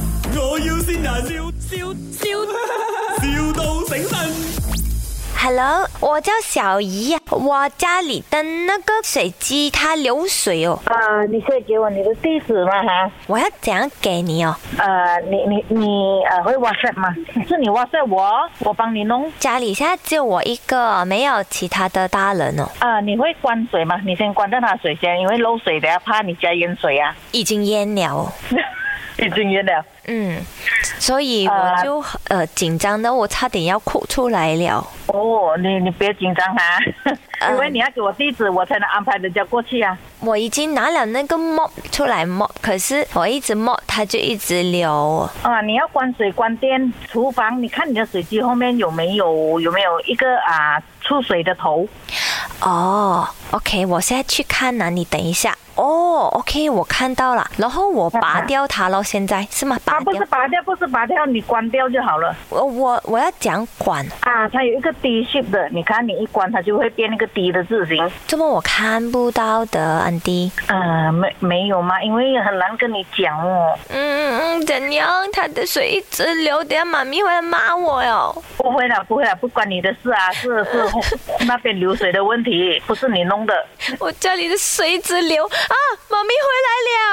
要先人，笑笑笑，,笑到醒神。 Hello，我叫小姨，我家里的那个水机它流水哦，啊，你可以给我你的地址吗？哈，我要怎样给你哦？呃，你你你呃会 WhatsApp 吗？是你 WhatsApp 我，我帮你弄。家里现在只有我一个，没有其他的大人哦，啊、你会关水吗？你先关掉它水先，因为漏水的呀，怕你家淹水啊。 已经淹了哦。已经淹了。嗯，所以我呃就呃紧张的，我差点要哭出来了。哦，你你别紧张哈、嗯因为你要给我地址，我才能安排人家过去啊。我已经拿了那个 mop 出来 mop，可是我一直 mop 它就一直流。哦啊，你要关水关电，厨房，你看你的水机后面有没有有没有一个啊出水的头？哦，OK，我现在去看呐、你等一下。哦，OK，我看到了，然后我拔掉它咯，现在是吗？拔啊，不掉是，拔掉，不是拔掉，你关掉就好了。我我我要讲管，啊，它有一个低 shape 的，你看你一关它就会变那个低的字形。这么我看不到的，安迪。啊，没没有吗？因为很难跟你讲哦，嗯嗯，怎样？它的水一直流，等下妈咪会骂我哟。不会的，不会的，不关你的事啊，是是那边流水的问题，不是你弄的。我家里的水一直流啊，妈咪回来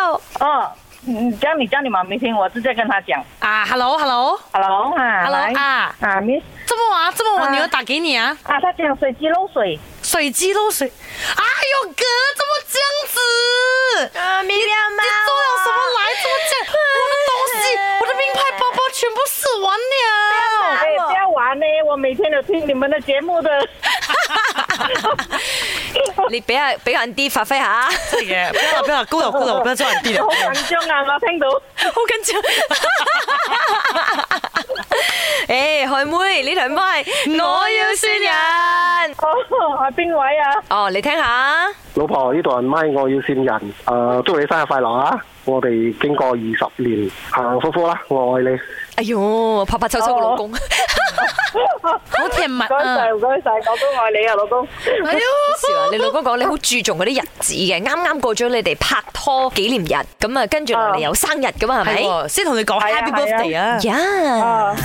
了。哦，嗯，叫你叫你妈咪听，我直接跟她讲啊，hello hello ，hello 啊 hello 来啊，啊 miss 这么啊，这么我啊女儿打给你啊，啊，她讲水机漏水，水机漏水，哎呦哥，怎么这样子？啊，咪咪你做了什么来？怎么这样？我的东西，我的名牌包包全部试完了。哎，不要玩呢，我每天都听你们的节目的。你俾下俾安迪發揮下。啊对耶，不要了，不要了，够了，够了，我不要做你弟了好感动啊！我听到，好紧 张。诶、海妹呢台麦，我要算人。哦，啊邊位啊？哦，你聽下。老婆呢度係咪我要線人，誒、祝你生日快樂啊！我哋經過二十年，幸幸福福啦，我愛你。哎呦，拍拍臭臭個老公。嗯 好甜蜜唔該啊晒，！唔該晒，老公愛你啊，老公。哎呦， 笑啊！你老公講你好注重嗰啲日子嘅，啱啱過咗你哋拍拖紀念日，咁啊跟住落嚟有生日噶嘛，係咪？係喎先同你講係啊 Happy 係啊 Birthday 啊！呀、啊。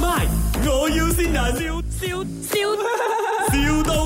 My，我要先人，笑笑笑，,笑到